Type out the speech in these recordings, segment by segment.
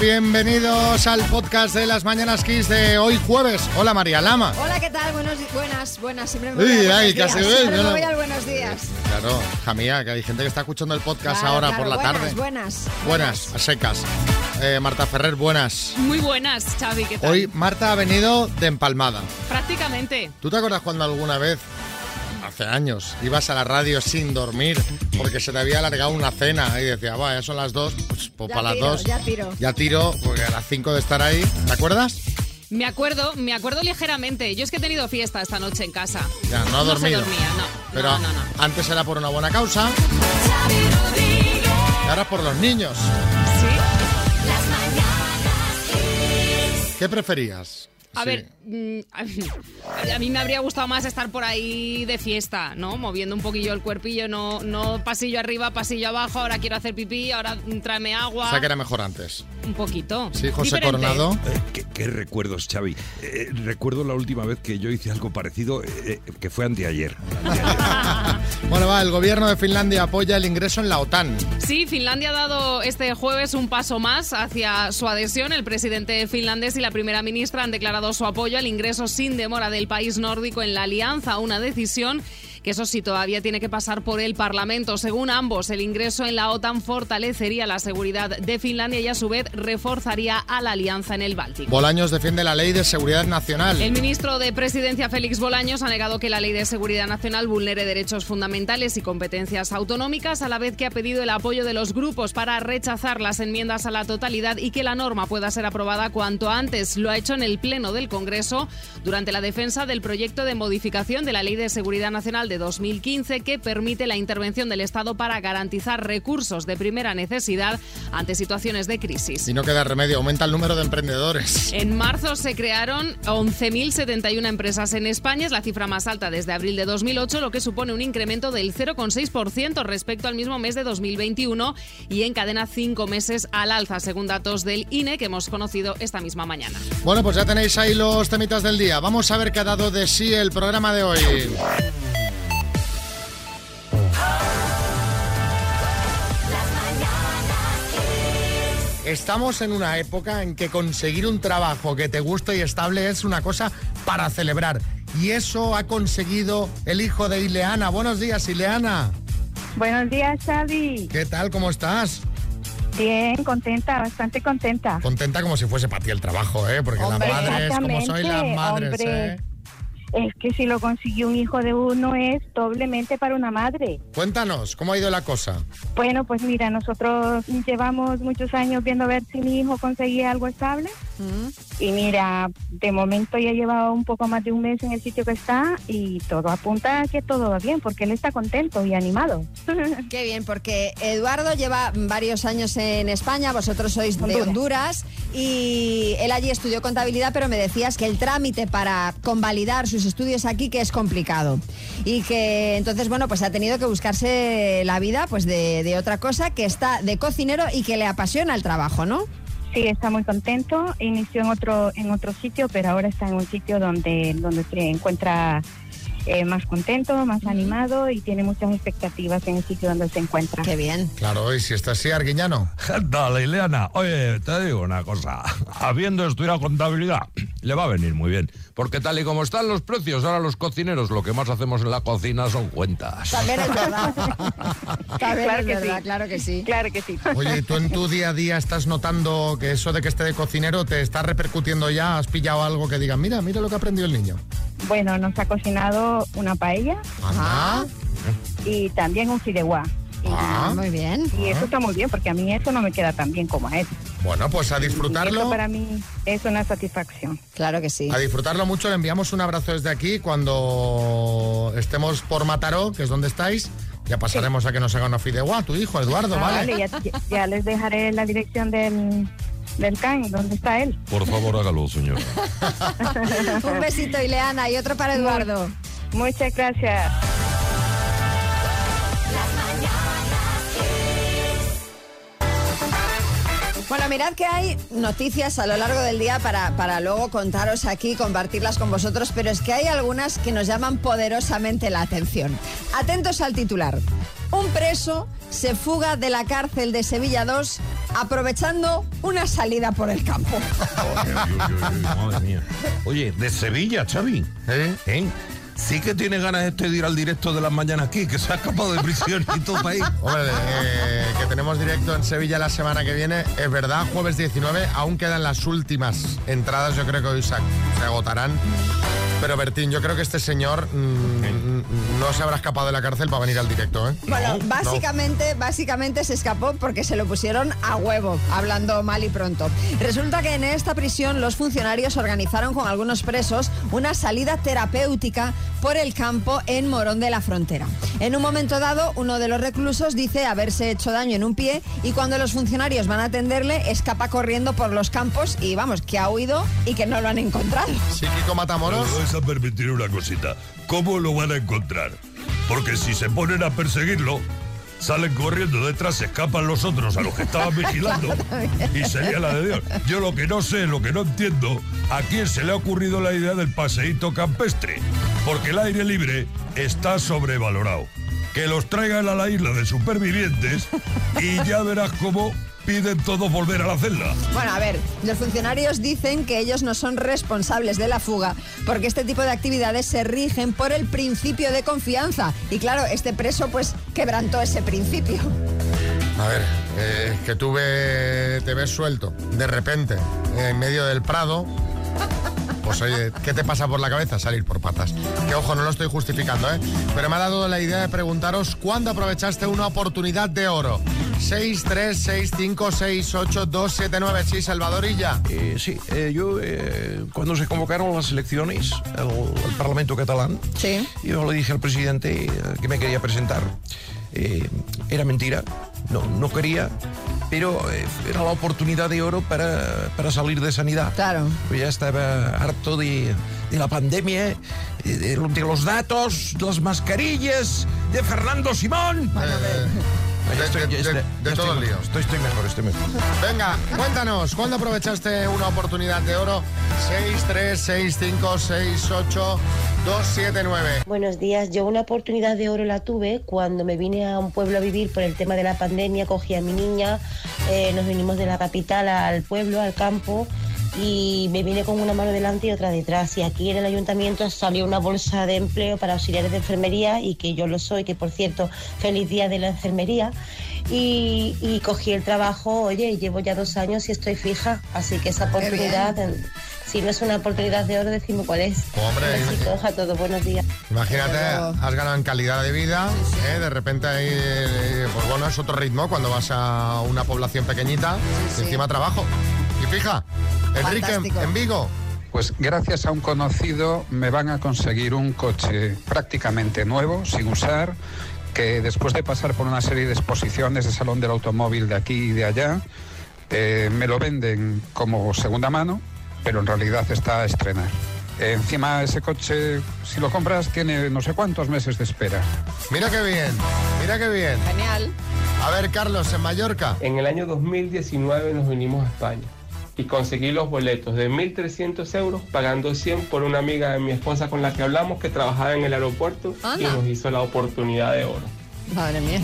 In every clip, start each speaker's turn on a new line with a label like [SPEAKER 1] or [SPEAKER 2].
[SPEAKER 1] bienvenidos al podcast de las Mañanas Kiss de hoy jueves. Hola María Lama.
[SPEAKER 2] Hola, ¿qué tal? Buenos, di- buenas, buenas. Siempre me voy,
[SPEAKER 1] Uy,
[SPEAKER 2] a
[SPEAKER 1] ay,
[SPEAKER 2] buenos días.
[SPEAKER 1] casi ves,
[SPEAKER 2] Siempre
[SPEAKER 1] no,
[SPEAKER 2] me
[SPEAKER 1] no.
[SPEAKER 2] voy al buenos días.
[SPEAKER 1] Claro, jamía, que hay gente que está escuchando el podcast
[SPEAKER 2] Claro,
[SPEAKER 1] ahora
[SPEAKER 2] claro,
[SPEAKER 1] por la
[SPEAKER 2] buenas,
[SPEAKER 1] tarde.
[SPEAKER 2] Buenas,
[SPEAKER 1] Buenas, a secas. Eh, Marta Ferrer, buenas.
[SPEAKER 3] Muy buenas, Xavi, ¿qué tal?
[SPEAKER 1] Hoy Marta ha venido de empalmada.
[SPEAKER 3] Prácticamente.
[SPEAKER 1] ¿Tú te acuerdas cuando alguna vez, hace años, ibas a la radio sin dormir porque se te había alargado una cena y decía, va, ya son las dos, pues, pues
[SPEAKER 2] Ya
[SPEAKER 1] para las
[SPEAKER 2] tiro,
[SPEAKER 1] dos.
[SPEAKER 2] ya tiro.
[SPEAKER 1] Ya tiro, porque a las cinco de estar ahí. ¿Te acuerdas?
[SPEAKER 3] Me acuerdo, me acuerdo ligeramente. Yo es que he tenido fiesta esta noche en casa.
[SPEAKER 1] Ya, no ha
[SPEAKER 3] No se
[SPEAKER 1] dormido.
[SPEAKER 3] dormía, no.
[SPEAKER 1] Pero
[SPEAKER 3] No, no, no.
[SPEAKER 1] antes era por una buena causa. Y ahora por los niños.
[SPEAKER 3] ¿Sí?
[SPEAKER 1] ¿Qué preferías?
[SPEAKER 3] A
[SPEAKER 1] Sí.
[SPEAKER 3] ver, mm, a- a mí me habría gustado más estar por ahí de fiesta, ¿no? Moviendo un poquillo el cuerpillo, no, no pasillo arriba, pasillo abajo, ahora quiero hacer pipí, ahora mm, tráeme agua.
[SPEAKER 1] O sea que era mejor antes.
[SPEAKER 3] Un poquito.
[SPEAKER 1] Sí, José
[SPEAKER 3] Diferente.
[SPEAKER 1] Coronado.
[SPEAKER 4] Eh, ¿Qué, qué recuerdos, Xavi? Eh, recuerdo la última vez que yo hice algo parecido, eh, eh, que fue anteayer.
[SPEAKER 1] Bueno, va, el gobierno de Finlandia apoya el ingreso en la OTAN.
[SPEAKER 3] Sí, Finlandia ha dado este jueves un paso más hacia su adhesión. El presidente finlandés y la primera ministra han declarado su apoyo al ingreso sin demora del país nórdico en la alianza, una decisión que eso sí todavía tiene que pasar por el Parlamento. Según ambos, el ingreso en la OTAN fortalecería la seguridad de Finlandia y a su vez reforzaría a la alianza en el Báltico.
[SPEAKER 1] Bolaños defiende la ley de seguridad nacional.
[SPEAKER 3] El ministro de Presidencia, Félix Bolaños, ha negado que la Ley de Seguridad Nacional vulnere derechos fundamentales y competencias autonómicas, a la vez que ha pedido el apoyo de los grupos para rechazar las enmiendas a la totalidad y que la norma pueda ser aprobada cuanto antes. Lo ha hecho en el Pleno del Congreso durante la defensa del proyecto de modificación de la Ley de Seguridad Nacional de 2015 que permite la intervención del Estado para garantizar recursos de primera necesidad ante situaciones de crisis.
[SPEAKER 1] Si no queda remedio, aumenta el número de emprendedores.
[SPEAKER 3] En marzo se crearon 11.071 empresas en España, es la cifra más alta desde abril de 2008, lo que supone un incremento del 0,6% respecto al mismo mes de 2021 y encadena cinco meses al alza, según datos del INE que hemos conocido esta misma mañana.
[SPEAKER 1] Bueno, pues ya tenéis ahí los temitas del día. Vamos a ver qué ha dado de sí el programa de hoy. Estamos en una época en que conseguir un trabajo que te guste y estable es una cosa para celebrar. Y eso ha conseguido el hijo de Ileana. Buenos días, Ileana.
[SPEAKER 5] Buenos días, Xavi.
[SPEAKER 1] ¿Qué tal? ¿Cómo estás?
[SPEAKER 5] Bien, contenta, bastante contenta.
[SPEAKER 1] Contenta como si fuese para ti el trabajo, ¿eh? Porque
[SPEAKER 2] Hombre,
[SPEAKER 1] las madres, como soy las
[SPEAKER 5] exactamente,
[SPEAKER 1] madres,
[SPEAKER 5] hombre.
[SPEAKER 1] ¿eh?
[SPEAKER 5] Es que si lo consiguió un hijo de uno es doblemente para una madre.
[SPEAKER 1] Cuéntanos, ¿cómo ha ido la cosa?
[SPEAKER 5] Bueno, pues mira, nosotros llevamos muchos años viendo a ver si mi hijo conseguía algo estable.
[SPEAKER 2] Mm,
[SPEAKER 5] Y mira, de momento ya llevaba un poco más de un mes en el sitio que está y todo apunta a que todo va bien porque él está contento y animado.
[SPEAKER 2] Qué bien, porque Eduardo lleva varios años en España, vosotros sois de
[SPEAKER 5] Honduras.
[SPEAKER 2] Honduras y él allí estudió contabilidad, pero me decías que el trámite para convalidar sus estudios aquí que es complicado y que entonces bueno pues ha tenido que buscarse la vida pues de, de otra cosa que está de cocinero y que le apasiona el trabajo, ¿no?
[SPEAKER 5] Sí, está muy contento. Inició en otro en otro sitio, pero ahora está en un sitio donde donde se encuentra eh, más contento, más animado y tiene muchas expectativas en el sitio donde se encuentra.
[SPEAKER 2] Qué bien.
[SPEAKER 1] Claro, y si está así, Arguiñano.
[SPEAKER 4] Dale, Ileana. Oye, te digo una cosa. Habiendo estudiado contabilidad, le va a venir muy bien. Porque tal y como están los precios, ahora los cocineros lo que más hacemos en la cocina son cuentas.
[SPEAKER 2] También es verdad. También
[SPEAKER 5] Claro
[SPEAKER 2] es
[SPEAKER 5] que sí.
[SPEAKER 2] verdad, claro que sí.
[SPEAKER 5] Claro que sí.
[SPEAKER 1] Oye, ¿y ¿tú en tu día a día estás notando que eso de que esté de cocinero te está repercutiendo ya? ¿Has pillado algo que digas, mira, mira lo que aprendió el niño?
[SPEAKER 5] Bueno, nos ha cocinado una paella Ah.
[SPEAKER 1] Ajá.
[SPEAKER 5] y también un fideuá.
[SPEAKER 1] Ah.
[SPEAKER 2] Muy bien.
[SPEAKER 5] Y eso está muy bien porque a mí eso no me queda tan bien como a él.
[SPEAKER 1] Bueno, pues a
[SPEAKER 5] Eso
[SPEAKER 1] disfrutarlo.
[SPEAKER 5] para mí es una satisfacción.
[SPEAKER 2] Claro que sí.
[SPEAKER 1] A disfrutarlo mucho, le enviamos un abrazo desde aquí. Cuando estemos por Mataró, que es donde estáis, ya pasaremos a que nos haga una fideuá, tu hijo, Eduardo,
[SPEAKER 5] Ah,
[SPEAKER 1] ¿vale?
[SPEAKER 5] vale, ya, ya- ya les dejaré la dirección del, del CAN, donde está él.
[SPEAKER 4] Por favor, hágalo, señora.
[SPEAKER 2] Un besito, Ileana, y otro para Eduardo.
[SPEAKER 5] Muchas gracias.
[SPEAKER 2] Bueno, mirad que hay noticias a lo largo del día para, para luego contaros aquí, compartirlas con vosotros, pero es que hay algunas que nos llaman poderosamente la atención. Atentos al titular. Un preso se fuga de la cárcel de Sevilla 2 aprovechando una salida por el campo.
[SPEAKER 4] Madre mía. Oye, de Sevilla, Xavi.
[SPEAKER 1] ¿Eh?
[SPEAKER 4] ¿Eh? Sí que tiene ganas este de ir al directo de las mañanas aquí, que se ha escapado de prisión y todo país.
[SPEAKER 1] Hombre, eh, que tenemos directo en Sevilla la semana que viene. Es verdad, jueves 19, aún quedan las últimas entradas. Yo creo que hoy se, se agotarán. Pero Bertín, yo creo que este señor mm, no se habrá escapado de la cárcel para venir al directo, ¿eh?
[SPEAKER 2] Bueno,
[SPEAKER 4] No,
[SPEAKER 2] básicamente, básicamente se escapó porque se lo pusieron a huevo, hablando mal y pronto. Resulta que en esta prisión los funcionarios organizaron con algunos presos una salida terapéutica por el campo en Morón de la Frontera. En un momento dado, uno de los reclusos dice haberse hecho daño en un pie y cuando los funcionarios van a atenderle, escapa corriendo por los campos y vamos, que ha huido y que no lo han encontrado.
[SPEAKER 1] Sí, Kiko Matamoros.
[SPEAKER 6] Pero vais a permitir una cosita. ¿Cómo lo van a encontrar? Porque si se ponen a perseguirlo, salen corriendo detrás, se escapan los otros a los que estaban vigilando. y sería la de Dios. Yo lo que no sé, lo que no entiendo, ¿a quién se le ha ocurrido la idea del paseíto campestre? Porque el aire libre está sobrevalorado. Que los traigan a la isla de supervivientes y ya verás cómo piden todos volver a la celda.
[SPEAKER 2] Bueno, a ver, los funcionarios dicen que ellos no son responsables de la fuga porque este tipo de actividades se rigen por el principio de confianza. Y claro, este preso pues quebrantó ese principio.
[SPEAKER 1] A ver, eh, que tú ve- te ves suelto, de repente, en medio del prado. Pues oye, ¿qué te pasa por la cabeza? Salir por patas. Que ojo, no lo estoy justificando, ¿eh? Pero me ha dado la idea de preguntaros cuándo aprovechaste una oportunidad de oro. 6, 3, 6, 5, 6, 8, 2, 7, 9, 6, Salvadorilla.
[SPEAKER 7] Eh, sí, eh, yo eh, cuando se convocaron las elecciones al, al Parlamento catalán,
[SPEAKER 2] Sí.
[SPEAKER 7] yo le dije al presidente eh, que me quería presentar. Eh, era mentira, no, no quería, pero eh, era la oportunidad de oro para, para salir de sanidad.
[SPEAKER 2] Claro.
[SPEAKER 7] Yo ya estaba harto de, de la pandemia, de, de- de los datos, de las mascarillas, de Fernando Simón. Ya
[SPEAKER 1] Eh, de-
[SPEAKER 7] estoy- ya
[SPEAKER 1] de-
[SPEAKER 7] estoy-
[SPEAKER 1] de-
[SPEAKER 7] ya
[SPEAKER 1] de
[SPEAKER 7] estoy
[SPEAKER 1] todo el
[SPEAKER 7] mejor,
[SPEAKER 1] lío.
[SPEAKER 7] Estoy, estoy mejor, estoy mejor.
[SPEAKER 1] Venga, cuéntanos, ¿cuándo aprovechaste una oportunidad de oro? 6, 3, 6, 5, 6, 8, 2, 7, 9.
[SPEAKER 8] Buenos días, yo una oportunidad de oro la tuve cuando me vine a un pueblo a vivir por el tema de la pandemia, cogí a mi niña, eh, nos vinimos de la capital al pueblo, al campo y me vine con una mano delante y otra detrás y aquí en el ayuntamiento salió una bolsa de empleo para auxiliares de enfermería y que yo lo soy, que por cierto, feliz día de la enfermería y, y cogí el trabajo, oye, y llevo ya dos años y estoy fija, así que esa
[SPEAKER 2] bien.
[SPEAKER 8] oportunidad, en- si no es una oportunidad de oro, decimos cuál es.
[SPEAKER 1] Hombre,
[SPEAKER 8] Besitos a todos, buenos días.
[SPEAKER 1] Imagínate,
[SPEAKER 2] Pero-
[SPEAKER 1] has ganado en calidad de vida, ¿eh? de repente ahí, eh, pues bueno, es otro ritmo cuando vas a una población pequeñita,
[SPEAKER 2] sí.
[SPEAKER 1] encima trabajo. Y fija, Enrique, en,
[SPEAKER 2] Fantástico.
[SPEAKER 1] en Vigo,
[SPEAKER 9] Pues gracias a un conocido me van a conseguir un coche prácticamente nuevo, sin usar, que después de pasar por una serie de exposiciones de salón del automóvil de aquí y de allá, eh, me lo venden como segunda mano, pero en realidad está a estrenar. Encima ese coche, si lo compras, tiene no sé cuántos meses de espera.
[SPEAKER 1] mira qué bien, mira qué bien.
[SPEAKER 2] Genial.
[SPEAKER 1] A ver, Carlos, en Mallorca.
[SPEAKER 10] En el año 2019 nos vinimos a España y conseguí los boletos de 1.300 euros pagando 100 por una amiga de mi esposa con la que hablamos que trabajaba en el aeropuerto y
[SPEAKER 2] Anda.
[SPEAKER 10] nos hizo la oportunidad de oro.
[SPEAKER 2] Madre mía.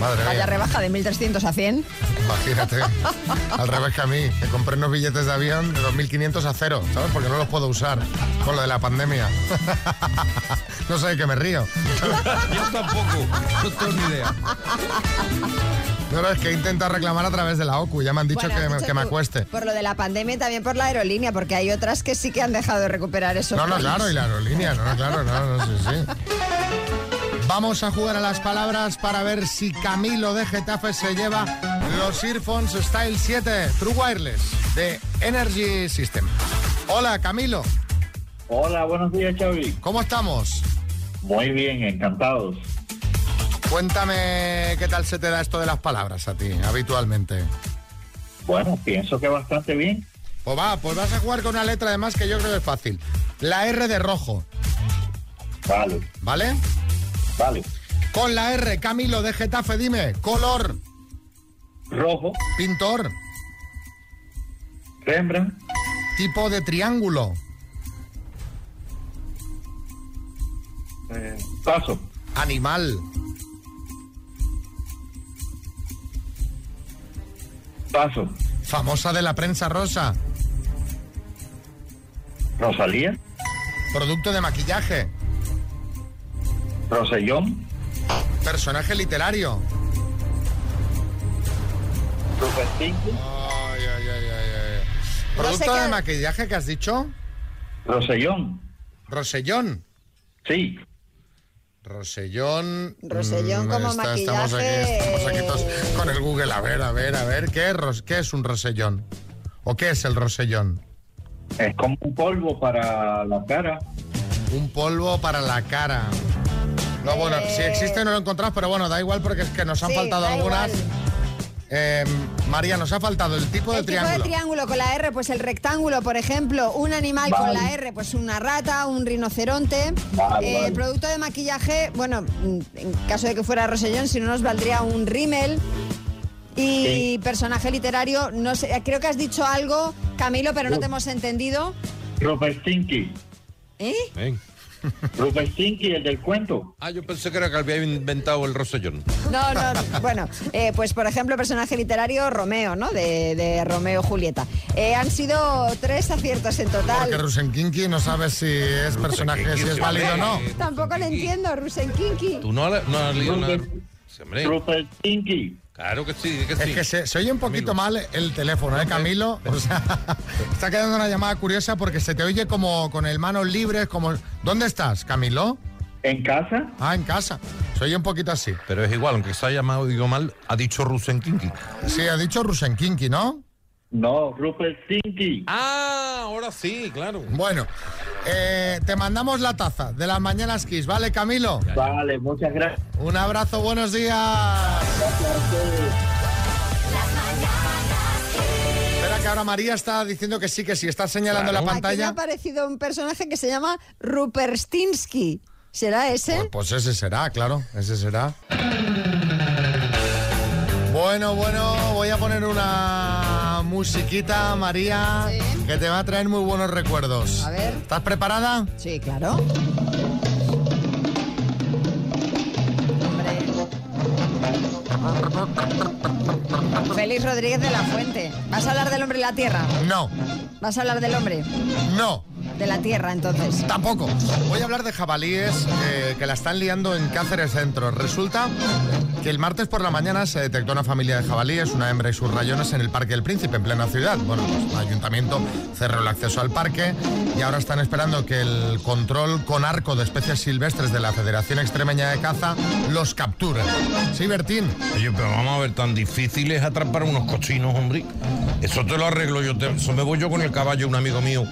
[SPEAKER 1] Madre
[SPEAKER 2] Vaya
[SPEAKER 1] mía,
[SPEAKER 2] rebaja de 1.300 a 100.
[SPEAKER 1] imagínate. Al revés que a mí, que compré unos billetes de avión de 2.500 a cero, ¿sabes? Porque no los puedo usar con lo de la pandemia. No sé de qué me río.
[SPEAKER 4] Yo tampoco, no tengo ni idea.
[SPEAKER 1] No, no, es que intento reclamar a través de la OCU, ya me han dicho
[SPEAKER 2] Bueno,
[SPEAKER 1] que,
[SPEAKER 2] has
[SPEAKER 1] me,
[SPEAKER 2] dicho
[SPEAKER 1] que me
[SPEAKER 2] tú,
[SPEAKER 1] acueste.
[SPEAKER 2] Por lo de la pandemia y también por la aerolínea, porque hay otras que sí que han dejado de recuperar eso.
[SPEAKER 1] No, no, claro, y la aerolínea, no, no, claro, no, no, sí, sí. Vamos a jugar a las palabras para ver si Camilo de Getafe se lleva los earphones Style 7 True Wireless de Energy System. Hola, Camilo,
[SPEAKER 11] Hola, buenos días, Xavi.
[SPEAKER 1] ¿cómo estamos?
[SPEAKER 11] Muy bien, encantados.
[SPEAKER 1] Cuéntame qué tal se te da esto de las palabras a ti habitualmente.
[SPEAKER 11] Bueno, pienso que bastante bien.
[SPEAKER 1] Pues va, pues vas a jugar con una letra además que yo creo que es fácil. La R de rojo,
[SPEAKER 11] Vale,
[SPEAKER 1] ¿vale?
[SPEAKER 11] vale.
[SPEAKER 1] Con la R, Camilo de Getafe, dime, color,
[SPEAKER 11] Rojo,
[SPEAKER 1] pintor,
[SPEAKER 11] Rembrandt,
[SPEAKER 1] tipo de triángulo.
[SPEAKER 11] eh, paso,
[SPEAKER 1] Animal.
[SPEAKER 11] Paso.
[SPEAKER 1] Famosa de la prensa rosa.
[SPEAKER 11] Rosalía.
[SPEAKER 1] Producto de maquillaje.
[SPEAKER 11] Rosellón.
[SPEAKER 1] Personaje literario.
[SPEAKER 11] Rupestingo.
[SPEAKER 1] Ay, ay, ay, ay, ay.
[SPEAKER 2] No sé
[SPEAKER 1] Producto
[SPEAKER 2] qué-
[SPEAKER 1] de maquillaje que has dicho.
[SPEAKER 11] Rosellón.
[SPEAKER 1] Rosellón.
[SPEAKER 11] Sí.
[SPEAKER 1] Rosellón.
[SPEAKER 2] Rosellón
[SPEAKER 1] Mm,
[SPEAKER 2] como
[SPEAKER 1] Estamos aquí,
[SPEAKER 2] maquillaje.
[SPEAKER 1] estamos aquí todos con el Google. A ver, a ver, a ver. ¿Qué es, ros- qué es un rosellón? ¿O qué es el rosellón?
[SPEAKER 11] Es como un polvo para la cara.
[SPEAKER 1] Un polvo para la cara. No, bueno,
[SPEAKER 2] Eh.
[SPEAKER 1] si existe no lo encontrás, pero bueno, da igual porque es que nos han
[SPEAKER 2] Sí,
[SPEAKER 1] faltado
[SPEAKER 2] da
[SPEAKER 1] algunas.
[SPEAKER 2] igual.
[SPEAKER 1] Eh, María, nos ha faltado el tipo de
[SPEAKER 2] El tipo de
[SPEAKER 1] triángulo.
[SPEAKER 2] Este triángulo con la R, pues el rectángulo, por ejemplo, un animal con
[SPEAKER 11] Vale.
[SPEAKER 2] la R, pues una rata, un rinoceronte.
[SPEAKER 11] Vale,
[SPEAKER 2] Eh,
[SPEAKER 11] vale.
[SPEAKER 2] Producto de maquillaje, bueno, mm, en caso de que fuera Rosellón, si no nos valdría un rímel. Y personaje literario, no sé, creo que has dicho algo, Camilo, pero no te hemos entendido.
[SPEAKER 11] Rupestinki.
[SPEAKER 2] ¿Eh?
[SPEAKER 4] Ven.
[SPEAKER 11] Rupestinki, el del cuento.
[SPEAKER 7] Ah, yo pensé que era que había inventado el Rosellón.
[SPEAKER 2] No, no, no. bueno, eh, pues por ejemplo, personaje literario Romeo, ¿no? De, de Romeo y Julieta. Eh, han sido tres aciertos en
[SPEAKER 1] Porque
[SPEAKER 2] total.
[SPEAKER 1] Rusenkinki no sabe si es personaje, si es válido o no.
[SPEAKER 2] Tampoco le entiendo, Rusenkinki.
[SPEAKER 7] Tú no, has- no has leído nada. Sí, hombre,
[SPEAKER 11] Rupestinki.
[SPEAKER 7] claro que sí, que sí.
[SPEAKER 1] Es que se, se oye un poquito mal el teléfono, ¿eh, Camilo? O sea, está quedando una llamada curiosa porque se te oye como con el manos libres, como... ¿Dónde estás, Camilo?
[SPEAKER 11] ¿En casa?
[SPEAKER 1] Ah, en casa. Se oye un poquito así.
[SPEAKER 7] Pero es igual, aunque se haya llamado digo mal, ha dicho Rusenkinki.
[SPEAKER 1] Sí, ha dicho Rusenkinki, ¿no?
[SPEAKER 11] No, Rupestinki.
[SPEAKER 7] Ah, ahora sí, claro.
[SPEAKER 1] Bueno, eh, te mandamos la taza de las mañanas Kiss, ¿vale, Camilo?
[SPEAKER 11] Vale, muchas gracias.
[SPEAKER 1] Un abrazo, buenos días. Espera que ahora María está diciendo que sí, que sí, está señalando
[SPEAKER 7] Claro.
[SPEAKER 1] la
[SPEAKER 2] Aquí me ha
[SPEAKER 1] pantalla.
[SPEAKER 2] aparecido un personaje que se llama Ruperstinsky. ¿Será
[SPEAKER 1] Pues,
[SPEAKER 2] ese?
[SPEAKER 1] pues ese será, claro, ese será. Bueno, bueno, voy a poner una musiquita, María,
[SPEAKER 2] Sí.
[SPEAKER 1] que te va a traer muy buenos recuerdos.
[SPEAKER 2] A ver.
[SPEAKER 1] ¿Estás preparada?
[SPEAKER 2] Sí, claro. Hombre. Félix Rodríguez de la Fuente. ¿Vas a hablar del hombre y la tierra?
[SPEAKER 1] No,
[SPEAKER 2] ¿Vas a hablar del hombre?
[SPEAKER 1] no,
[SPEAKER 2] De la tierra, entonces.
[SPEAKER 1] tampoco. Voy a hablar de jabalíes eh, que la están liando en Cáceres Centro. Resulta que el martes por la mañana se detectó una familia de jabalíes, una hembra y sus rayones en el Parque del Príncipe, en plena ciudad. Bueno, pues, el ayuntamiento cerró el acceso al parque y ahora están esperando que el control con arco de especies silvestres de la Federación Extremeña de Caza los capture. Sí, Bertín.
[SPEAKER 7] Oye, pero vamos a ver, tan difícil es atrapar unos cochinos, hombre. Eso te lo arreglo yo, te- eso me voy yo con el caballo, un amigo mío.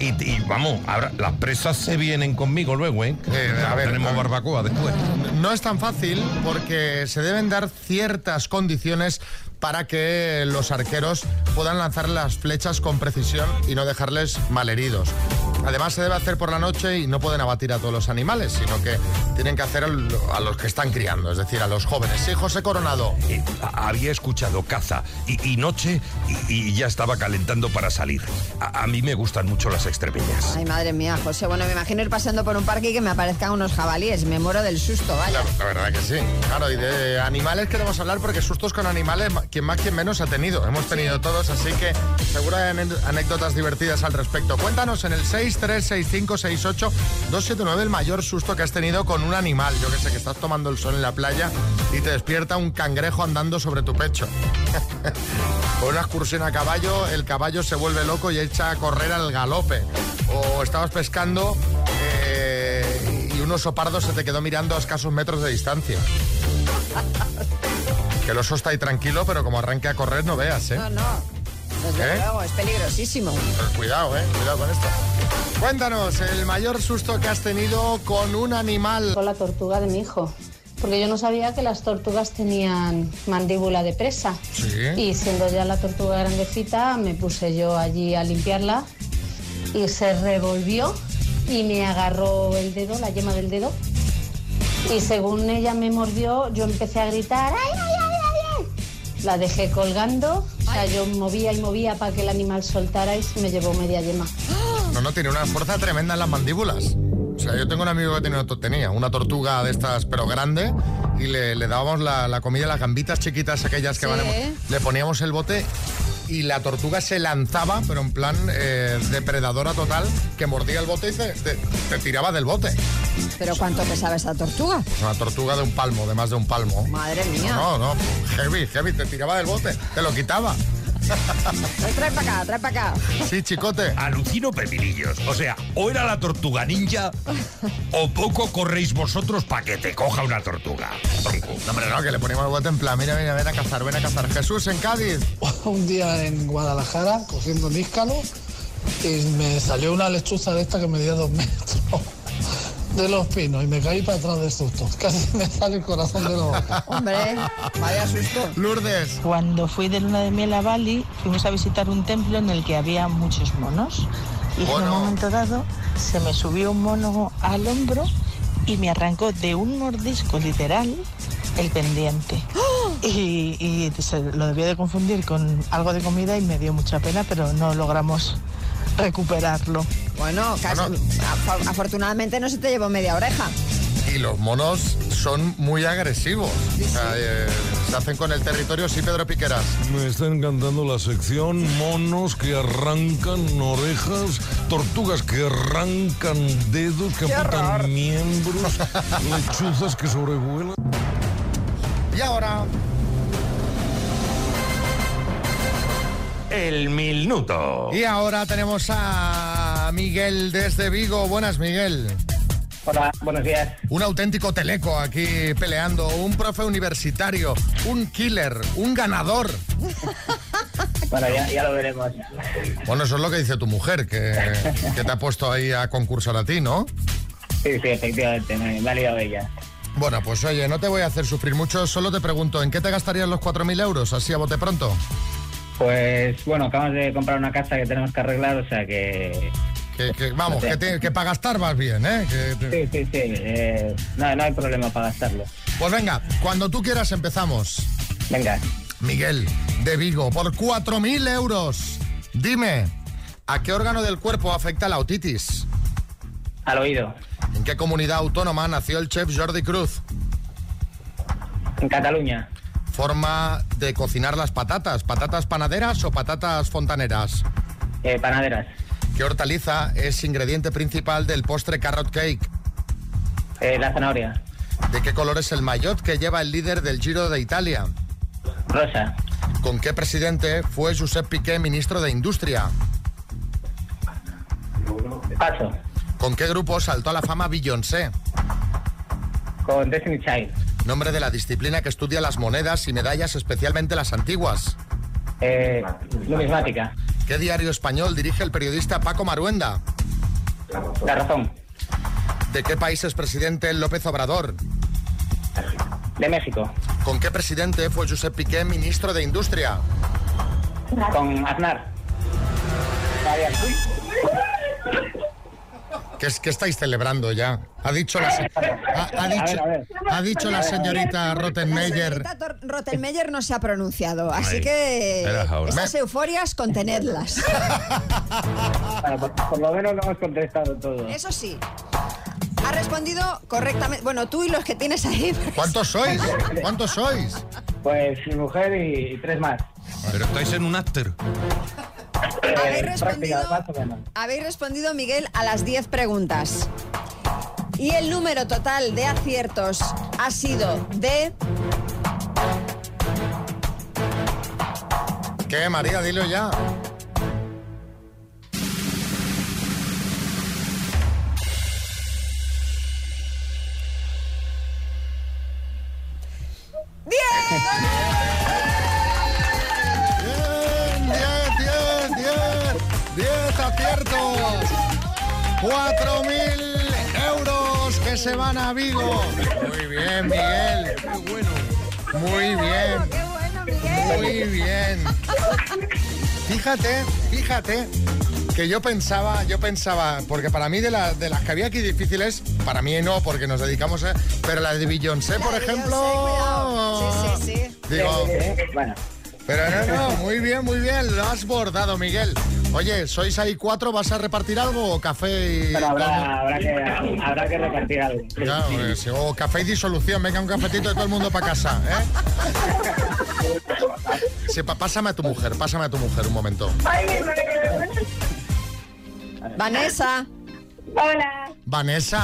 [SPEAKER 7] Y, y vamos, ahora las presas se vienen conmigo luego, ¿eh?
[SPEAKER 1] Eh, a ver,
[SPEAKER 7] tenemos
[SPEAKER 1] a ver.
[SPEAKER 7] barbacoa después.
[SPEAKER 1] No es tan fácil porque se deben dar ciertas condiciones para que los arqueros puedan lanzar las flechas con precisión y no dejarles malheridos. Además se debe hacer por la noche y no pueden abatir a todos los animales, sino que tienen que hacer al- a los que están criando, es decir, a los jóvenes. Sí, José Coronado.
[SPEAKER 4] Eh, a- había escuchado caza y, y noche y, y ya estaba calentando para salir. A, a mí me gustan mucho las extremeñas.
[SPEAKER 2] Ay, madre mía, José. Bueno, me imagino ir pasando por un parque y que me aparezcan unos jabalíes. Me muero del susto, vaya.
[SPEAKER 1] La, la verdad que sí. Claro, y de animales queremos hablar porque sustos con animales, ma- quien más, quien menos ha tenido. Hemos tenido todos, así que seguro hay ane- anécdotas divertidas al respecto. Cuéntanos en el 636568279 el mayor susto que has tenido con un animal. Yo que sé, que estás tomando el sol en la playa y te despierta un cangrejo andando sobre tu pecho. O una excursión a caballo, el caballo se vuelve loco y echa a correr al galope. O estabas pescando eh, y un oso pardo se te quedó mirando a escasos metros de distancia. Que el oso está ahí tranquilo, pero como arranque a correr no veas, ¿eh?
[SPEAKER 2] No, no. Desde
[SPEAKER 1] ¿Eh?
[SPEAKER 2] luego, es peligrosísimo.
[SPEAKER 1] Pero cuidado, ¿eh? Cuidado con esto. Cuéntanos, el mayor susto que has tenido con un animal.
[SPEAKER 12] con la tortuga de mi hijo. Porque yo no sabía que las tortugas tenían mandíbula de presa.
[SPEAKER 1] Sí.
[SPEAKER 12] Y siendo ya la tortuga grandecita, me puse yo allí a limpiarla y se revolvió y me agarró el dedo, la yema del dedo. Y según ella me mordió, yo empecé a gritar ¡Ay, ay, ay, ay! ay". La dejé colgando, o sea, yo movía y movía para que el animal soltara y se me llevó media yema.
[SPEAKER 1] No, no, tiene una fuerza tremenda en las mandíbulas. O sea, sea, yo tengo un amigo que tenía una, to- tenía una tortuga de estas, pero grande, y le, le dábamos la, la comida, las gambitas chiquitas, aquellas que
[SPEAKER 2] Sí.
[SPEAKER 1] van en- Le poníamos el bote y la tortuga se lanzaba, pero en plan eh, depredadora total, que mordía el bote y se- te, te tiraba del bote.
[SPEAKER 2] Pero ¿cuánto pesaba esa tortuga?
[SPEAKER 1] Es una tortuga de un palmo, de más de un palmo.
[SPEAKER 2] Madre mía.
[SPEAKER 1] No, no, heavy, heavy, te tiraba del bote, te lo quitaba.
[SPEAKER 2] Trae para acá, trae para acá.
[SPEAKER 1] Sí, chicote.
[SPEAKER 6] Alucino pepinillos. O sea, o era la tortuga ninja o poco corréis vosotros para que te coja una tortuga. Tronco.
[SPEAKER 1] No, hombre, no, que le poníamos el bote en plan, mira, mira, ven a cazar, ven a cazar. Jesús en Cádiz.
[SPEAKER 9] Un día en Guadalajara, cogiendo níscalos, y me salió una lechuza de esta que medía dos metros de los pinos y me caí para atrás de susto. Casi me sale el corazón de los
[SPEAKER 2] Hombre, vaya susto.
[SPEAKER 1] Lourdes.
[SPEAKER 5] Cuando fui de luna de miel a Bali, fuimos a visitar un templo en el que había muchos monos. Y en un momento dado se me subió un mono al hombro y me arrancó de un mordisco literal el pendiente. Y, y se lo debía de confundir con algo de comida y me dio mucha pena, pero no logramos recuperarlo.
[SPEAKER 2] Bueno, casi- afo- afortunadamente no se te llevó media oreja.
[SPEAKER 1] Y los monos son muy agresivos. O sea, eh, se hacen con el territorio, sí, Pedro Piqueras.
[SPEAKER 7] Me está encantando la sección monos que arrancan orejas, tortugas que arrancan dedos, que
[SPEAKER 1] ¡Qué horror!
[SPEAKER 7] amputan miembros, lechuzas que sobrevuelan.
[SPEAKER 1] Y ahora,
[SPEAKER 6] El minuto.
[SPEAKER 1] y ahora tenemos a Miguel desde Vigo. Buenas, Miguel.
[SPEAKER 13] Hola, buenos días.
[SPEAKER 1] Un auténtico teleco aquí peleando, un profe universitario, un killer, un ganador.
[SPEAKER 13] Bueno, ya, ya lo veremos.
[SPEAKER 1] Bueno, eso es lo que dice tu mujer, que, que te ha puesto ahí a concursar a ti, ¿no?
[SPEAKER 13] Sí, sí, efectivamente, me, me ha liado ella.
[SPEAKER 1] Bueno, pues oye, no te voy a hacer sufrir mucho, solo te pregunto, ¿en qué te gastarías los 4.000 euros? Así a bote pronto.
[SPEAKER 13] Pues bueno, acabamos de comprar una casa que tenemos que arreglar, o sea que...
[SPEAKER 1] Que, que, vamos, que, te- que para gastar vas bien, ¿eh? Que te-
[SPEAKER 13] Sí, sí, sí, eh, no, no hay problema para gastarlo.
[SPEAKER 1] Pues venga, cuando tú quieras empezamos.
[SPEAKER 13] Venga.
[SPEAKER 1] Miguel, de Vigo, por 4.000 euros. Dime, ¿a qué órgano del cuerpo afecta la otitis?
[SPEAKER 13] Al oído.
[SPEAKER 1] ¿En qué comunidad autónoma nació el chef Jordi Cruz?
[SPEAKER 13] En Cataluña,
[SPEAKER 1] ¿Forma de cocinar las patatas? ¿Patatas panaderas o patatas fontaneras?
[SPEAKER 13] eh, panaderas,
[SPEAKER 1] ¿Qué hortaliza es ingrediente principal del postre carrot cake?
[SPEAKER 13] eh, la zanahoria,
[SPEAKER 1] ¿De qué color es el maillot que lleva el líder del Giro de Italia?
[SPEAKER 13] rosa,
[SPEAKER 1] ¿Con qué presidente fue Josep Piqué ministro de Industria?
[SPEAKER 13] paso,
[SPEAKER 1] ¿Con qué grupo saltó a la fama Beyoncé?
[SPEAKER 13] con Destiny Child,
[SPEAKER 1] Nombre de la disciplina que estudia las monedas y medallas, especialmente las antiguas.
[SPEAKER 13] eh, numismática,
[SPEAKER 1] ¿Qué diario español dirige el periodista Paco Maruenda?
[SPEAKER 13] la razón,
[SPEAKER 1] ¿De qué país es presidente López Obrador?
[SPEAKER 13] de México,
[SPEAKER 1] ¿Con qué presidente fue Josep Piqué ministro de Industria?
[SPEAKER 13] con Aznar. Arias.
[SPEAKER 1] ¿Qué, es, qué estáis celebrando ya? Ha dicho la, se- ha, ha
[SPEAKER 13] A ver,
[SPEAKER 1] dicho,
[SPEAKER 13] a ver.
[SPEAKER 1] ha dicho la señorita Rottenmeier.
[SPEAKER 2] La señorita Tor- Rottenmeier no se ha pronunciado, así
[SPEAKER 1] Ay,
[SPEAKER 2] que
[SPEAKER 1] era ahora.
[SPEAKER 2] esas euforias contenedlas.
[SPEAKER 13] Bueno, por, por lo menos lo hemos contestado todo.
[SPEAKER 2] Eso sí. Ha respondido correctamente. Bueno, tú y los que tienes ahí.
[SPEAKER 1] ¿Cuántos sois? ¿Cuántos sois?
[SPEAKER 13] Pues mi mujer y, y tres más.
[SPEAKER 14] Pero estáis en un after.
[SPEAKER 13] Eh,
[SPEAKER 2] Habéis respondido,
[SPEAKER 13] práctica, más o menos.
[SPEAKER 2] habéis respondido, Miguel, a las 10 preguntas. Y el número total de aciertos ha sido de
[SPEAKER 1] ¿Qué, María? Dilo ya. ¡Bien, bien, bien! ¡Diez aciertos! ¡Cuatro mil euros que se van a Vigo! Muy bien, Miguel. Muy bien. Muy bien. Fíjate, fíjate que yo pensaba, yo pensaba, porque para mí de, la- de las que había aquí difíciles, para mí no, porque nos dedicamos a... Pero las de Beyoncé, por ejemplo...
[SPEAKER 2] Sí, sí, sí.
[SPEAKER 1] Digo,
[SPEAKER 13] Eh, eh, bueno,
[SPEAKER 1] pero no, no, muy bien, muy bien, lo has bordado, Miguel. Oye, ¿sois ahí cuatro? ¿Vas a repartir algo o café y.?
[SPEAKER 11] Pero habrá, habrá, que, habrá que repartir algo.
[SPEAKER 1] Claro, pues. porque si- o café y disolución, venga un cafetito de todo el mundo para casa, ¿eh? Sí, pa- pásame a tu mujer, pásame a tu mujer un momento.
[SPEAKER 2] Vanessa.
[SPEAKER 5] Hola.
[SPEAKER 1] Vanessa,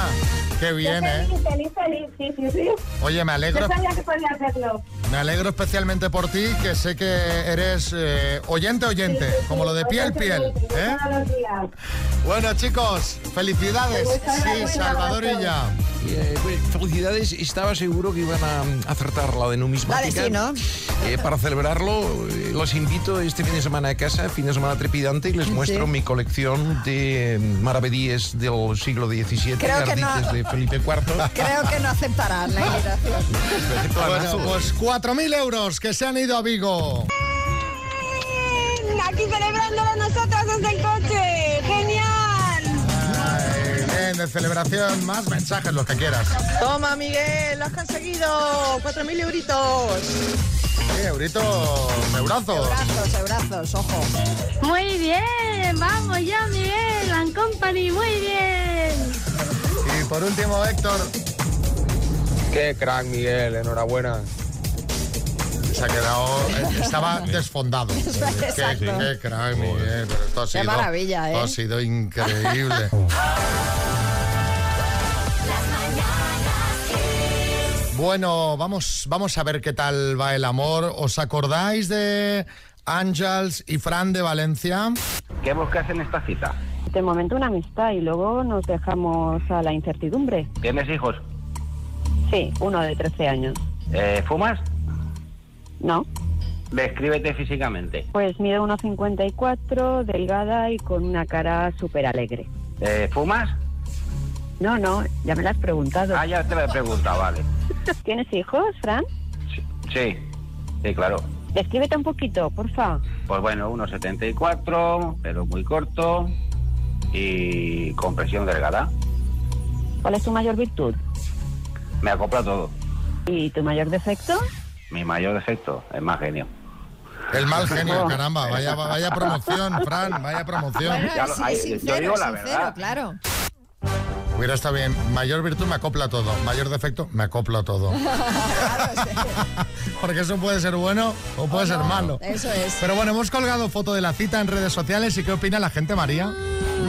[SPEAKER 1] qué bien, ¿eh?
[SPEAKER 5] Feliz, feliz, sí, sí, sí.
[SPEAKER 1] Oye, me alegro.
[SPEAKER 5] Yo sabía que podía hacerlo.
[SPEAKER 1] Me alegro especialmente por ti, que sé que eres eh, oyente, oyente, como lo de piel, piel. ¿eh?
[SPEAKER 5] Todos los días.
[SPEAKER 1] Bueno, chicos, felicidades.
[SPEAKER 5] Muchas
[SPEAKER 1] Sí,
[SPEAKER 5] gracias,
[SPEAKER 1] Salvador y ya.
[SPEAKER 7] Y, eh, pues, felicidades, estaba seguro que iban a mm, acertar la de numismática.
[SPEAKER 2] La de sí, ¿no?
[SPEAKER 7] Eh, para celebrarlo, eh, los invito este fin de semana a casa, fin de semana trepidante, y les
[SPEAKER 2] Sí.
[SPEAKER 7] muestro mi colección de eh, maravedíes del siglo XVII,
[SPEAKER 2] Creo que no.
[SPEAKER 7] ardites de Felipe IV.
[SPEAKER 2] Creo que no aceptarán la invitación.
[SPEAKER 1] Bueno, pues 4.000 euros que se han ido a Vigo.
[SPEAKER 5] Aquí celebrándolo nosotras desde el coche. ¡Genial!
[SPEAKER 1] Ay, bien, de celebración, más mensajes, los que quieras.
[SPEAKER 15] Toma, Miguel, lo has conseguido. 4.000 euritos.
[SPEAKER 1] Sí, euritos, eurazos.
[SPEAKER 2] Brazos, eh, brazos, ojo.
[SPEAKER 5] Muy bien, vamos ya, Miguel, and company, muy bien.
[SPEAKER 1] Y por último, Héctor.
[SPEAKER 10] Qué crack, Miguel, enhorabuena.
[SPEAKER 1] Se ha quedado, eh, estaba desfondado. Qué,
[SPEAKER 2] Exacto.
[SPEAKER 1] qué crack, Miguel, pero esto ha
[SPEAKER 2] Qué
[SPEAKER 1] sido,
[SPEAKER 2] maravilla, ¿eh?
[SPEAKER 1] esto ha sido increíble. Bueno, vamos, vamos a ver qué tal va el amor. ¿Os acordáis de Ángels y Fran de Valencia?
[SPEAKER 13] ¿Qué buscas en esta cita?
[SPEAKER 5] De momento una amistad y luego nos dejamos a la incertidumbre.
[SPEAKER 13] ¿Tienes hijos?
[SPEAKER 5] Sí, uno de 13 años.
[SPEAKER 13] Eh, ¿Fumas?
[SPEAKER 5] No.
[SPEAKER 13] Descríbete físicamente.
[SPEAKER 5] Pues mide 1,54, delgada y con una cara súper alegre.
[SPEAKER 13] Eh, ¿Fumas?
[SPEAKER 5] No, no, ya me lo has preguntado.
[SPEAKER 13] Ah, ya te lo he preguntado, vale.
[SPEAKER 5] ¿Tienes hijos, Fran?
[SPEAKER 13] Sí, sí, claro.
[SPEAKER 5] Descríbete un poquito, porfa.
[SPEAKER 13] Pues bueno, 1,74, pero muy corto y con presión delgada.
[SPEAKER 5] ¿Cuál es tu mayor virtud?
[SPEAKER 13] Me acopla todo.
[SPEAKER 5] ¿Y tu mayor defecto?
[SPEAKER 13] Mi mayor defecto es más genio.
[SPEAKER 1] El mal genio, caramba, vaya, vaya promoción, Fran, vaya promoción.
[SPEAKER 2] Bueno,
[SPEAKER 13] Ya lo-
[SPEAKER 2] sí,
[SPEAKER 13] ay, yo
[SPEAKER 2] sincero,
[SPEAKER 13] digo la
[SPEAKER 2] sincero,
[SPEAKER 13] verdad.
[SPEAKER 2] claro.
[SPEAKER 1] Hubiera estado bien. Mayor virtud me acopla todo. Mayor defecto me acopla todo.
[SPEAKER 2] Ah,
[SPEAKER 1] Porque eso puede ser bueno o puede ser malo.
[SPEAKER 2] Eso es.
[SPEAKER 1] Pero bueno, hemos colgado foto de la cita en redes sociales y qué opina la gente, María.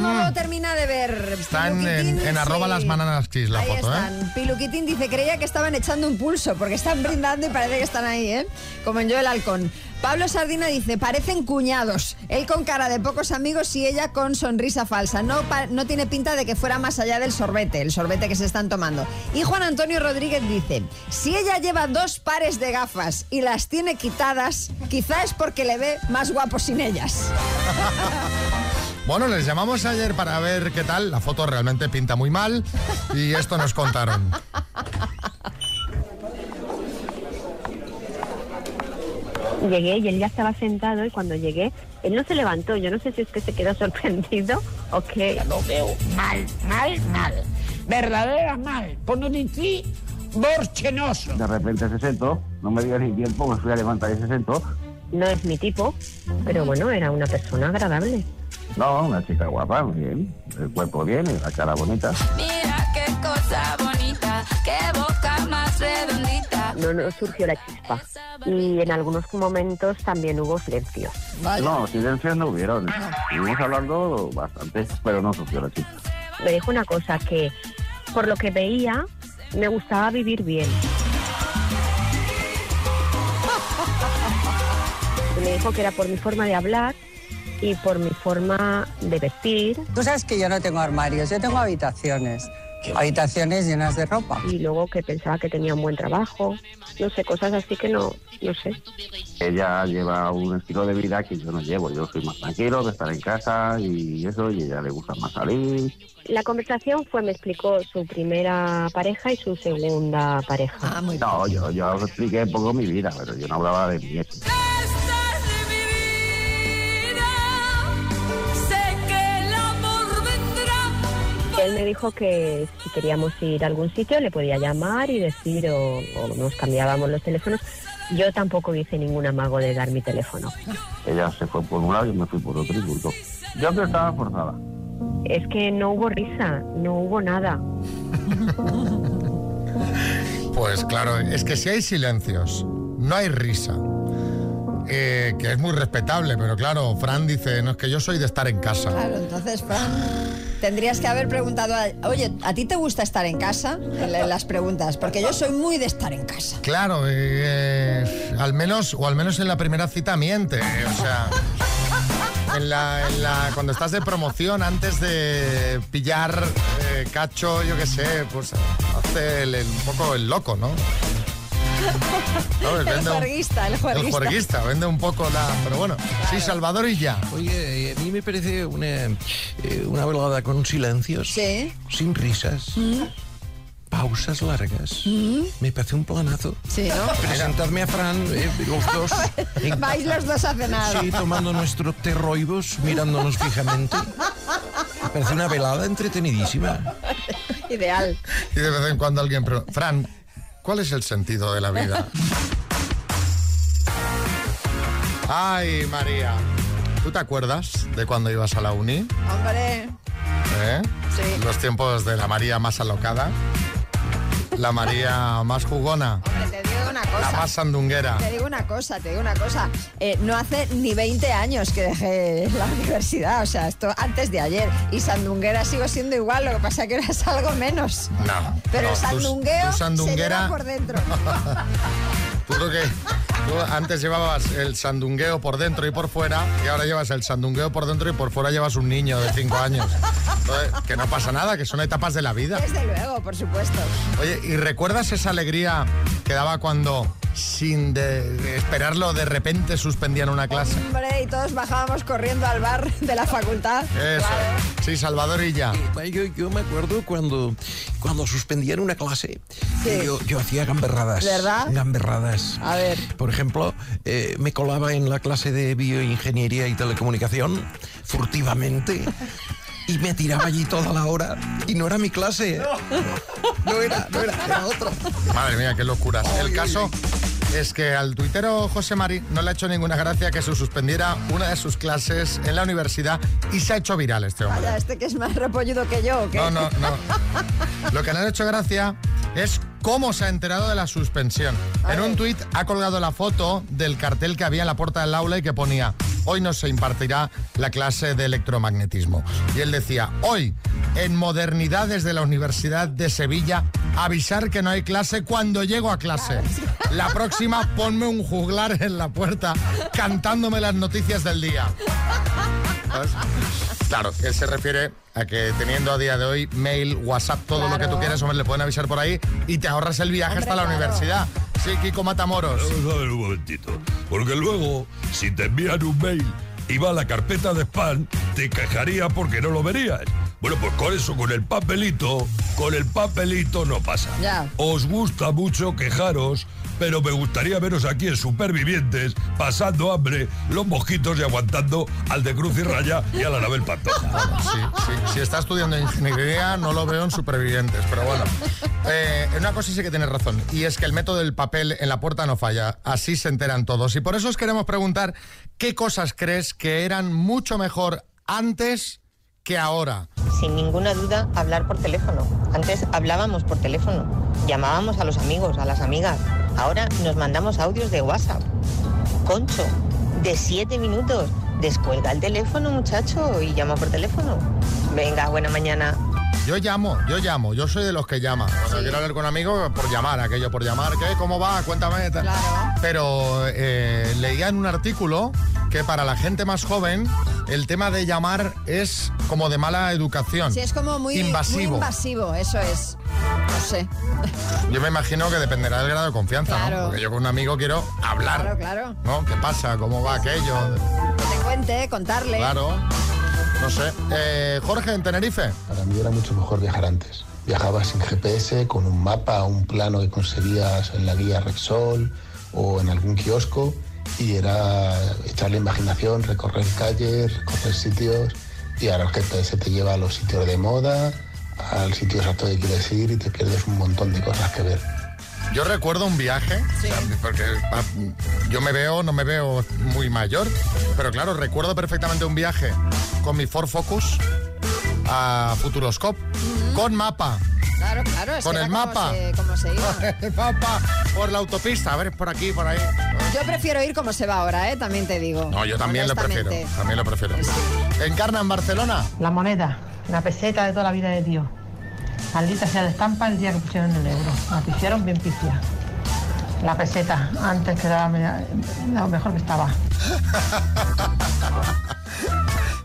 [SPEAKER 2] No lo termina de ver.
[SPEAKER 1] Mm. Están en,
[SPEAKER 2] Piluquitín,
[SPEAKER 1] en arroba
[SPEAKER 2] sí.
[SPEAKER 1] las bananas chis la
[SPEAKER 2] Ahí
[SPEAKER 1] foto, ¿eh?
[SPEAKER 2] están. Piluquitín dice, creía que estaban echando un pulso, porque están brindando y parece que están ahí, ¿eh? Como en Yo el Halcón. Pablo Sardina dice, parecen cuñados. Él con cara de pocos amigos y ella con sonrisa falsa. No, pa- no tiene pinta de que fuera más allá del sorbete, el sorbete que se están tomando. Y Juan Antonio Rodríguez dice, si ella lleva dos pares de gafas y las tiene quitadas, quizá es porque le ve más guapo sin ellas.
[SPEAKER 1] Bueno, les llamamos ayer para ver qué tal. La foto realmente pinta muy mal y esto nos contaron.
[SPEAKER 5] Llegué y él ya estaba sentado y cuando llegué, él no se levantó. Yo no sé si es que se quedó sorprendido o qué.
[SPEAKER 16] Lo veo mal, mal, mal. Verdadera mal. Por no decir borchenoso.
[SPEAKER 13] De repente se sentó, no me dio ni tiempo, me fui a levantar y se sentó.
[SPEAKER 5] No es mi tipo, pero bueno, era una persona agradable.
[SPEAKER 13] No, una chica guapa, bien. El cuerpo bien, y la cara bonita.
[SPEAKER 17] Mira qué cosa bonita, qué boca más redondita.
[SPEAKER 5] No, no surgió la chispa. Y en algunos momentos también hubo silencio.
[SPEAKER 13] No, silencio no hubieron. Estuvimos hablando bastante, pero no surgió la chica.
[SPEAKER 5] Me dijo una cosa que, por lo que veía, me gustaba vivir bien. Y Me dijo que era por mi forma de hablar y por mi forma de vestir.
[SPEAKER 15] Tú sabes que yo no tengo armarios, yo tengo habitaciones. Habitaciones llenas de ropa.
[SPEAKER 5] Y luego que pensaba que tenía un buen trabajo. No sé, cosas así que no, no sé.
[SPEAKER 13] Ella lleva un estilo de vida que yo no llevo. Yo soy más tranquilo de estar en casa y eso, y a ella le gusta más salir.
[SPEAKER 5] La conversación fue, me explicó su primera pareja y su segunda pareja.
[SPEAKER 13] No, yo, yo expliqué un poco mi vida, pero yo no hablaba de mi ex.
[SPEAKER 17] Sé que el amor vendrá.
[SPEAKER 5] Él me dijo que si queríamos ir a algún sitio le podía llamar y decir o, o nos cambiábamos los teléfonos. Yo tampoco hice ningún amago de dar mi teléfono.
[SPEAKER 13] Ella se fue por un lado y yo me fui por otro y punto. Yo creo que estaba forzada.
[SPEAKER 18] Es que no hubo risa, no hubo nada.
[SPEAKER 1] Pues claro, es que si hay silencios, no hay risa. Eh, que es muy respetable, pero claro, Fran dice, no es que yo soy de estar en casa.
[SPEAKER 2] Claro, entonces, Fran, tendrías que haber preguntado, a- oye, ¿a ti te gusta estar en casa? En la- en las preguntas, porque yo soy muy de estar en casa.
[SPEAKER 1] Claro, eh, eh, al menos, o al menos en la primera cita miente, eh, o sea. En la, en la- cuando estás de promoción, antes de pillar eh, cacho, yo qué sé, pues hace el- el- un poco el loco, ¿no? No,
[SPEAKER 2] el
[SPEAKER 1] vende un-
[SPEAKER 2] juerguista, el
[SPEAKER 1] El
[SPEAKER 2] juerguista.
[SPEAKER 1] juerguista, vende un poco la... Pero bueno, sí, Salvador y ya.
[SPEAKER 7] Oye, eh, a mí me parece una, eh, una velada con silencios, sin risas,
[SPEAKER 2] Mm.
[SPEAKER 7] pausas largas. Me parece un planazo.
[SPEAKER 2] Sí, ¿no?
[SPEAKER 7] Presentadme a Fran, eh, los dos. en-
[SPEAKER 2] Vais los dos a cenar.
[SPEAKER 7] Sí, tomando nuestro terroibos, mirándonos fijamente. Me parece una velada entretenidísima.
[SPEAKER 2] Ideal.
[SPEAKER 1] Y de vez en cuando alguien pregunta, Fran, ¿cuál es el sentido de la vida? Ay, María. ¿Tú te acuerdas de cuando ibas a la uni?
[SPEAKER 2] Hombre,
[SPEAKER 1] ¿Eh?
[SPEAKER 2] Sí.
[SPEAKER 1] Los tiempos de la María más alocada, la María más jugona,
[SPEAKER 2] te digo una
[SPEAKER 1] la
[SPEAKER 2] cosa.
[SPEAKER 1] más sandunguera.
[SPEAKER 2] Te digo una cosa, te digo una cosa. Eh, no hace ni 20 años que dejé la universidad, o sea, esto antes de ayer. Y sandunguera sigo siendo igual, lo que pasa que ahora es algo menos.
[SPEAKER 1] No,
[SPEAKER 2] Pero
[SPEAKER 1] no, tú-
[SPEAKER 2] el sandungueo
[SPEAKER 1] tú
[SPEAKER 2] se
[SPEAKER 1] sandunguera,
[SPEAKER 2] lleva por dentro.
[SPEAKER 1] tú lo que tú antes llevabas el sandungueo por dentro y por fuera, y ahora llevas el sandungueo por dentro y por fuera llevas un niño de 5 años. Entonces, que no pasa nada, que son etapas de la vida.
[SPEAKER 2] Desde luego, por supuesto.
[SPEAKER 1] Oye, ¿y recuerdas esa alegría que daba cuando, sin de- esperarlo, de repente suspendían una clase?
[SPEAKER 2] Hombre, y todos bajábamos corriendo al bar de la facultad.
[SPEAKER 1] Eso. Sí, Salvador y ya.
[SPEAKER 7] Yo, yo me acuerdo cuando, cuando suspendían una clase, que yo, yo hacía gamberradas.
[SPEAKER 2] ¿Verdad? Ah.
[SPEAKER 7] Gamberradas.
[SPEAKER 2] A ver.
[SPEAKER 7] Por ejemplo, eh, me colaba en la clase de bioingeniería y telecomunicación furtivamente y me tiraba allí toda la hora y no era mi clase. No era, no era, era otra.
[SPEAKER 1] Madre mía, qué locuras. El caso es que al tuitero José Mari no le ha hecho ninguna gracia que se suspendiera una de sus clases en la universidad y se ha hecho viral este hombre.
[SPEAKER 2] Vaya, este que es más repolludo que yo, ¿o qué?
[SPEAKER 1] No, no, no. Lo que le ha hecho gracia es cómo se ha enterado de la suspensión. En un tuit ha colgado la foto del cartel que había en la puerta del aula y que ponía, hoy no se impartirá la clase de electromagnetismo. Y él decía, hoy, en Modernidades de la Universidad de Sevilla, avisar que no hay clase cuando llego a clase. La próxima, ponme un juglar en la puerta cantándome las noticias del día. ¿Sabes? Claro, él se refiere a que teniendo a día de hoy mail, WhatsApp, todo lo que tú quieras, hombre, le pueden avisar por ahí y te ahorras el viaje hasta la universidad. Sí, Kiko Matamoros.
[SPEAKER 6] Vamos a ver un momentito. Porque luego, si te envían un mail y va a la carpeta de spam, te quejaría porque no lo verías. Bueno, pues con eso, con el papelito, con el papelito no pasa.
[SPEAKER 2] Ya.
[SPEAKER 6] Os gusta mucho quejaros, pero me gustaría veros aquí en Supervivientes, pasando hambre, los mojitos y aguantando al de Cruz y Raya y a la Anabel Pantoja.
[SPEAKER 1] Sí, sí. Si está estudiando ingeniería, no lo veo en supervivientes, pero bueno. Eh, en una cosa sí que tienes razón, y es que el método del papel en la puerta no falla. Así se enteran todos. Y por eso os queremos preguntar qué cosas crees que eran mucho mejor antes que ahora.
[SPEAKER 19] Sin ninguna duda, hablar por teléfono. Antes hablábamos por teléfono, llamábamos a los amigos, a las amigas. Ahora nos mandamos audios de WhatsApp. Concho, de siete minutos. Descuelga el teléfono, muchacho, y llama por teléfono. Venga, buena mañana.
[SPEAKER 1] Yo llamo, yo llamo, yo soy de los que llama. Cuando quiero hablar con un amigo, por llamar, aquello por llamar, ¿qué? ¿Cómo va? Cuéntame. tal. Pero eh, leía en un artículo que para la gente más joven el tema de llamar es como de mala educación.
[SPEAKER 2] Sí, es como muy
[SPEAKER 1] invasivo.
[SPEAKER 2] muy invasivo, eso es. No sé.
[SPEAKER 1] Yo me imagino que dependerá del grado de confianza, ¿no?
[SPEAKER 2] Claro.
[SPEAKER 1] Porque yo con un amigo quiero hablar,
[SPEAKER 2] Claro, claro.
[SPEAKER 1] ¿no? ¿Qué pasa? ¿Cómo va aquello?
[SPEAKER 2] Que te cuente, contarle.
[SPEAKER 1] Claro. No sé. Eh, Jorge, en Tenerife.
[SPEAKER 20] Para mí era mucho mejor viajar antes. Viajaba sin GPS, con un mapa, un plano que conseguías en la guía Rexol o en algún kiosco y era echar la imaginación, recorrer calles, recorrer sitios y ahora el GPS te lleva a los sitios de moda, al sitio exacto que quieres ir y te pierdes un montón de cosas que ver.
[SPEAKER 1] Yo recuerdo un viaje, o sea, porque ah, yo me veo, no me veo muy mayor, pero claro, recuerdo perfectamente un viaje con mi Ford Focus a Futuroscope, con mapa.
[SPEAKER 2] Claro, claro. es
[SPEAKER 1] Con
[SPEAKER 2] que
[SPEAKER 1] el
[SPEAKER 2] era como
[SPEAKER 1] mapa.
[SPEAKER 2] se- como se iba.
[SPEAKER 1] El mapa por la autopista, a ver, por aquí, por ahí.
[SPEAKER 2] Yo prefiero ir como se va ahora, ¿eh? También te digo.
[SPEAKER 1] No, yo también lo prefiero,
[SPEAKER 2] Honestamente. pues
[SPEAKER 1] también lo prefiero. Encarna en Barcelona.
[SPEAKER 21] La moneda, la peseta de toda la vida de Dios. Maldita sea la estampa el día que pusieron el euro. La pusieron bien picia. La peseta, antes que era la me- lo mejor que estaba.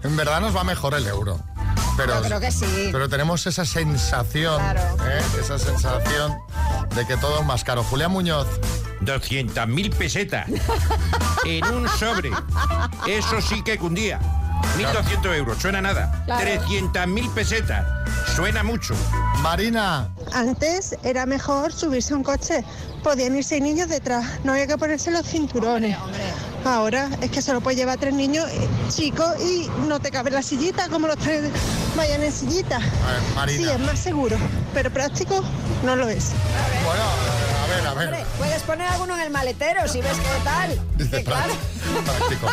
[SPEAKER 1] En verdad nos va mejor el euro. Pero,
[SPEAKER 2] Yo creo que sí.
[SPEAKER 1] Pero tenemos esa sensación, ¿eh? esa sensación de que todo es más caro. Julián Muñoz.
[SPEAKER 22] 200.000 pesetas en un sobre. Eso sí que cundía. 1.200 euros, suena nada.
[SPEAKER 5] Claro.
[SPEAKER 22] 300.000 pesetas, suena mucho.
[SPEAKER 1] Marina.
[SPEAKER 5] Antes era mejor subirse a un coche, podían ir seis niños detrás, no había que ponerse los cinturones. Ahora es que solo puedes llevar tres niños eh, chicos y no te cabe la sillita como los tres vayan en sillita.
[SPEAKER 1] Marina.
[SPEAKER 5] Sí, es más seguro, pero práctico no lo es.
[SPEAKER 1] Bueno, a ver, a
[SPEAKER 2] Hombre,
[SPEAKER 1] ver.
[SPEAKER 2] puedes poner alguno en el maletero si ves que tal.
[SPEAKER 1] Dice prá- práctico.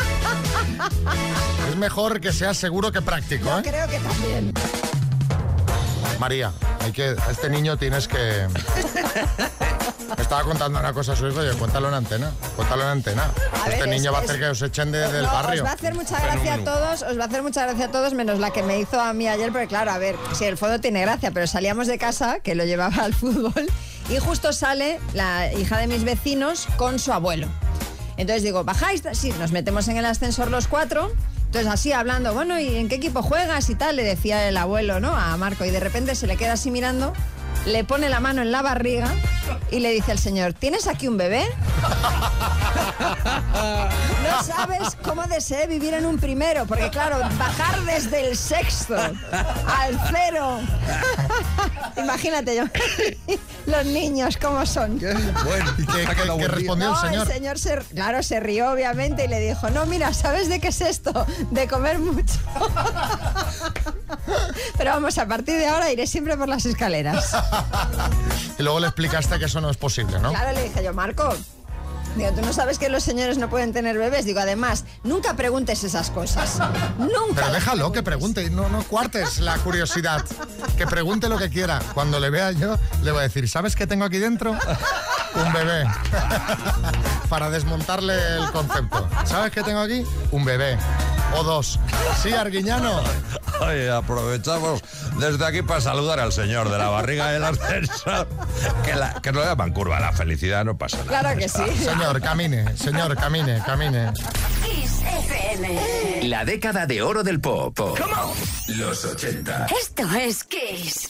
[SPEAKER 1] Es mejor que sea seguro que práctico, ¿eh?
[SPEAKER 2] Creo que también.
[SPEAKER 1] María, hay que, a este niño tienes que... Me Estaba contando una cosa a su hijo, yo cuéntalo en antena, cuéntalo en antena.
[SPEAKER 2] A
[SPEAKER 1] este
[SPEAKER 2] ver,
[SPEAKER 1] niño
[SPEAKER 2] es-
[SPEAKER 1] va a
[SPEAKER 2] es-
[SPEAKER 1] hacer que os echen de- del
[SPEAKER 2] No,
[SPEAKER 1] barrio.
[SPEAKER 2] Os va a hacer mucha gracia a todos, os va a hacer mucha gracia a todos, menos la que me hizo a mí ayer, porque claro, a ver, si el fondo tiene gracia, pero salíamos de casa, que lo llevaba al fútbol, y justo sale la hija de mis vecinos con su abuelo. Entonces digo, bajáis, sí, nos metemos en el ascensor los cuatro. Entonces así hablando, bueno, ¿y en qué equipo juegas y tal? Le decía el abuelo, ¿no? A Marco. Y de repente se le queda así mirando, le pone la mano en la barriga y le dice al señor, ¿tienes aquí un bebé? No sabes cómo deseé vivir en un primero, porque claro, bajar desde el sexto al cero. Imagínate yo. Los niños, ¿cómo son?
[SPEAKER 1] Bueno, ¿y qué, qué- qué respondió
[SPEAKER 2] No,
[SPEAKER 1] el señor?
[SPEAKER 2] señor se, claro, se rió obviamente y le dijo, no, mira, ¿sabes de qué es esto? De comer mucho. Pero vamos, a partir de ahora iré siempre por las escaleras.
[SPEAKER 1] Y luego le explicaste que eso no es posible, ¿no?
[SPEAKER 2] Claro, le dije yo, Marco. Digo, tú no sabes que los señores no pueden tener bebés. Digo, además, nunca preguntes esas cosas. Nunca.
[SPEAKER 1] Pero déjalo que pregunte, no, no cuartes la curiosidad. Que pregunte lo que quiera. Cuando le vea yo, le voy a decir, ¿sabes qué tengo aquí dentro? Un bebé. Para desmontarle el concepto. ¿Sabes qué tengo aquí? Un bebé. O dos. Sí, Arguiñano.
[SPEAKER 7] Oye, aprovechamos desde aquí para saludar al señor de la barriga del ascensor, que, la, que no le llaman curva, la felicidad no pasa nada.
[SPEAKER 2] Claro que sí.
[SPEAKER 1] Señor, camine, señor, camine, camine.
[SPEAKER 23] Kiss FM.
[SPEAKER 13] La década de oro del pop. Los 80.
[SPEAKER 23] Esto es Kiss.